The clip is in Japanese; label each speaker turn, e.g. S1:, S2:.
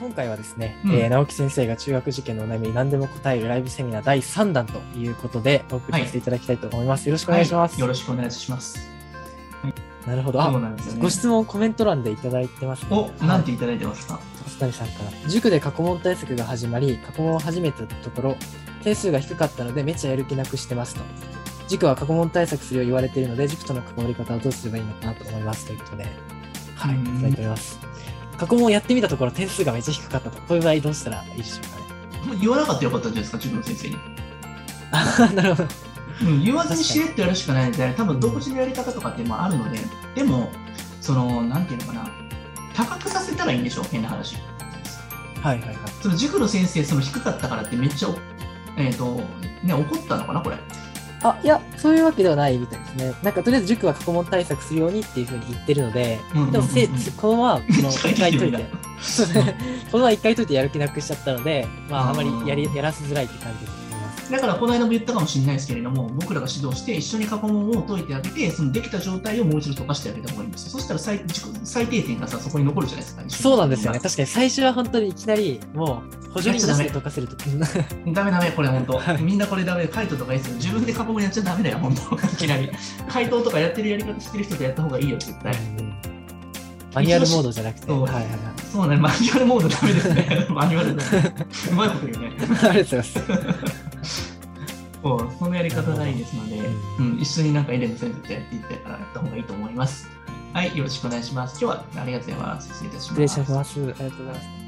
S1: 今回はですね、
S2: うん
S1: えー直樹先生が中学受験のお悩み何でも答えるライブセミナー第3弾ということでお送りさせていただきたいと思います。よろしくお願いします。
S2: よろしくお願いします。
S1: なるほど。
S2: そう
S1: あ、
S2: なんですよね
S1: ご。質問コメント欄でいただいてます、ね。
S2: お、なんて
S1: はい
S2: いただいてますか。
S1: 松谷さんから。塾で過去問対策が始まり、過去問を始めたところ、点数が低かったのでめちゃやる気なくしてますと。塾は過去問対策するよう言われているので、塾との関わり方をどうすればいいのかなと思いますということで、はい、
S2: うん
S1: いただいております。過去問をやってみたところ点数がめちゃ低かったと。こういう場合どうしたらいいでしょうかね。
S2: もう言わなかったらよかったんじゃないですか、自分の先生に。
S1: あなるほど。
S2: うん、言わずにしれっとやるしかないので、多分独自のやり方とかってまああるので、でも、その、なんていうのかな、高くさせたらいいんでしょ、変な話。
S1: はいはいはい。
S2: その塾の先生、その低かったからってめっちゃ、えっ、と、ね、怒ったのかな、これ。
S1: あ、いや、そういうわけではないみたいですね。なんかとりあえず塾は過去問対策するようにっていうふうに言ってるので、
S2: うんうんうん
S1: でもせ、このまま、 この、
S2: 近い
S1: 一回解い
S2: だ
S1: て、このまま一回解いてやる気なくしちゃったので、まあ、あまりやりやらせづらいって感じだと思います。
S2: だからこの間も言ったかもしれないですけれども、僕らが指導して一緒に過去問を解いてあげて、そのできた状態をもう一度解かしてあげた方がいいんですよ。そしたら最自己最低点がさ、そこに残るじゃないですか。一緒に
S1: そうなんですよね。確かに最初は本当にいきなり、もう、補助輪なしで
S2: やっちゃダメ
S1: 解かせると。
S2: ダメダメ、これ本当
S1: はい。
S2: みんなこれダメ。カイトとかやつ、自分で過去問やっちゃダメだよ、本 当。いきなり。回答とかやってるやり方してる人とやった方がいいよ、絶対。
S1: マニュアルモードじゃなくて、
S2: そう
S1: はいはいは
S2: そうね、マニュアルモードダメです ね。マニュアルだね。うまいこと言うね。
S1: い。ありがとうございます。
S2: そう、そのやり方がいいですので、うん、一緒になんかエレンの先生とやっていったらやった方がいいと思います。はい、よろしくお願いします。今日はありがとうございます。失礼いたしま
S1: 失
S2: す。
S1: 礼します。ありがとうございます。